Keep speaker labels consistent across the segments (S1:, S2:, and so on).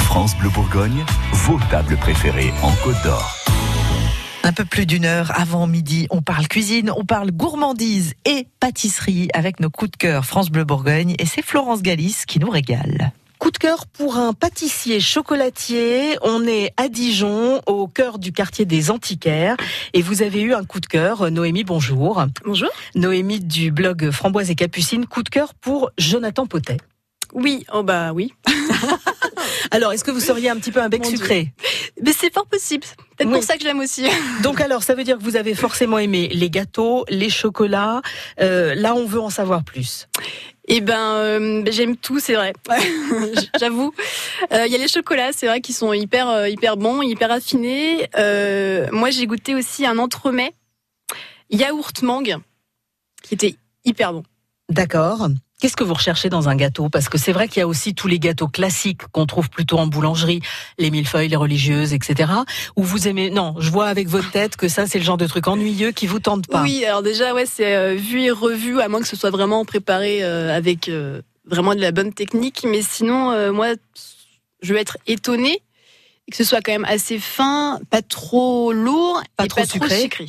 S1: France Bleu Bourgogne, vos tables préférées en Côte d'Or.
S2: Un peu plus d'une heure avant midi, on parle cuisine, on parle gourmandise et pâtisserie avec nos coups de cœur France Bleu Bourgogne et c'est Florence Galis qui nous régale.
S3: Coup de cœur pour un pâtissier chocolatier. On est à Dijon, au cœur du quartier des Antiquaires. Et vous avez eu un coup de cœur. Noémie, bonjour.
S4: Bonjour.
S3: Noémie du blog Framboise et Capucine. Coup de cœur pour Jonathan Potet.
S4: Oui, oh bah oui.
S3: Alors, est-ce que vous seriez un petit peu un bec
S4: Mon Dieu.
S3: sucré
S4: Mais c'est fort possible. C'est Peut-être
S3: Oui.
S4: pour ça que je l'aime aussi.
S3: Donc alors, ça veut dire que vous avez forcément aimé les gâteaux, les chocolats. Euh, là, on veut en savoir plus.
S4: Et ben, euh, ben, j'aime tout, c'est vrai. J'avoue. Euh, Il y a les chocolats, c'est vrai, qui sont hyper, euh, hyper bons, hyper raffinés. Euh, moi, j'ai goûté aussi un entremets yaourt mangue, qui était hyper bon.
S3: D'accord. Qu'est-ce que vous recherchez dans un gâteau Parce que c'est vrai qu'il y a aussi tous les gâteaux classiques qu'on trouve plutôt en boulangerie, les millefeuilles, les religieuses, etc. Où vous aimez Non, je vois avec votre tête que ça, c'est le genre de truc ennuyeux qui vous tente pas.
S4: Oui, alors déjà, ouais, c'est euh, vu et revu, à moins que ce soit vraiment préparé euh, avec euh, vraiment de la bonne technique. Mais sinon, euh, moi, je veux être étonnée et que ce soit quand même assez fin, pas trop lourd
S3: Pas
S4: et
S3: trop
S4: pas trop
S3: sucré.
S4: sucré.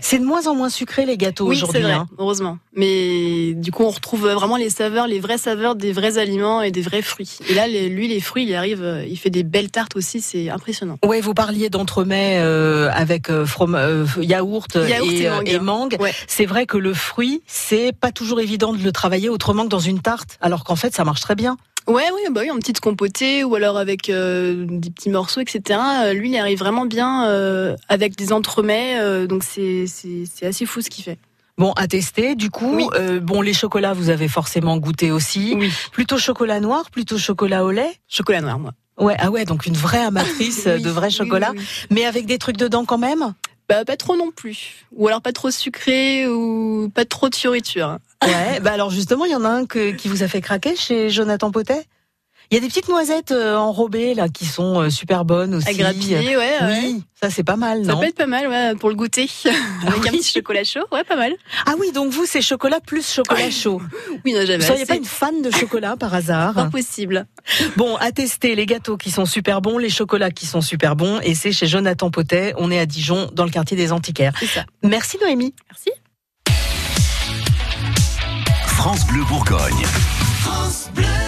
S3: C'est de moins en moins sucré les gâteaux
S4: Oui, c'est
S3: aujourd'hui.
S4: vrai,
S3: hein.
S4: heureusement. Mais du coup, on retrouve euh, vraiment les saveurs, les vraies saveurs des vrais aliments et des vrais fruits. Et là, les- lui, les fruits, il arrive, euh, il fait des belles tartes aussi, c'est impressionnant.
S3: Ouais, vous parliez d'entremets euh, avec euh, from- euh, yaourt,
S4: Yaourt
S3: et,
S4: et
S3: euh,
S4: mangue.
S3: et mangue.
S4: Ouais.
S3: C'est vrai que le fruit, c'est pas toujours évident de le travailler autrement que dans une tarte, alors qu'en fait, ça marche très bien.
S4: Ouais, ouais, bah oui, en petite compotée ou alors avec euh, des petits morceaux, etc. Euh, Lui, il arrive vraiment bien euh, avec des entremets, euh, donc c'est c'est c'est assez fou ce qu'il fait.
S3: Bon, à tester, du coup,
S4: Oui.
S3: euh, bon, les chocolats, vous avez forcément goûté aussi.
S4: Oui.
S3: Plutôt chocolat noir, plutôt chocolat au lait.
S4: Chocolat noir, moi.
S3: Ouais, ah ouais, donc une vraie amatrice euh, de vrai chocolat, mais avec des trucs dedans quand même.
S4: Bah pas trop non plus, ou alors pas trop sucré ou pas trop de fioritures.
S3: Ouais, bah alors justement, il y en a un que- qui vous a fait craquer chez Jonathan Potet. Il y a des petites noisettes euh, enrobées là qui sont euh, super bonnes aussi.
S4: À grappiller, ouais. ouais.
S3: Oui, Ah ça c'est pas mal,
S4: Ça
S3: non Ah
S4: peut être pas mal, ouais, pour le goûter. Avec un
S3: oui.
S4: petit chocolat chaud, ouais, pas mal.
S3: Ah oui, donc vous c'est chocolat plus chocolat
S4: Ouais.
S3: chaud.
S4: Oui, Eh ben, non,
S3: Vous
S4: j'avais
S3: seriez
S4: assez.
S3: pas une fan de chocolat par hasard
S4: Pas possible.
S3: Bon, à tester les gâteaux qui sont super bons, les chocolats qui sont super bons, et c'est chez Jonathan Potet. On est à Dijon, dans le quartier des Antiquaires.
S4: C'est ça.
S3: Merci Noémie.
S4: Merci.
S1: France Bleu Bourgogne.
S5: France Bleu.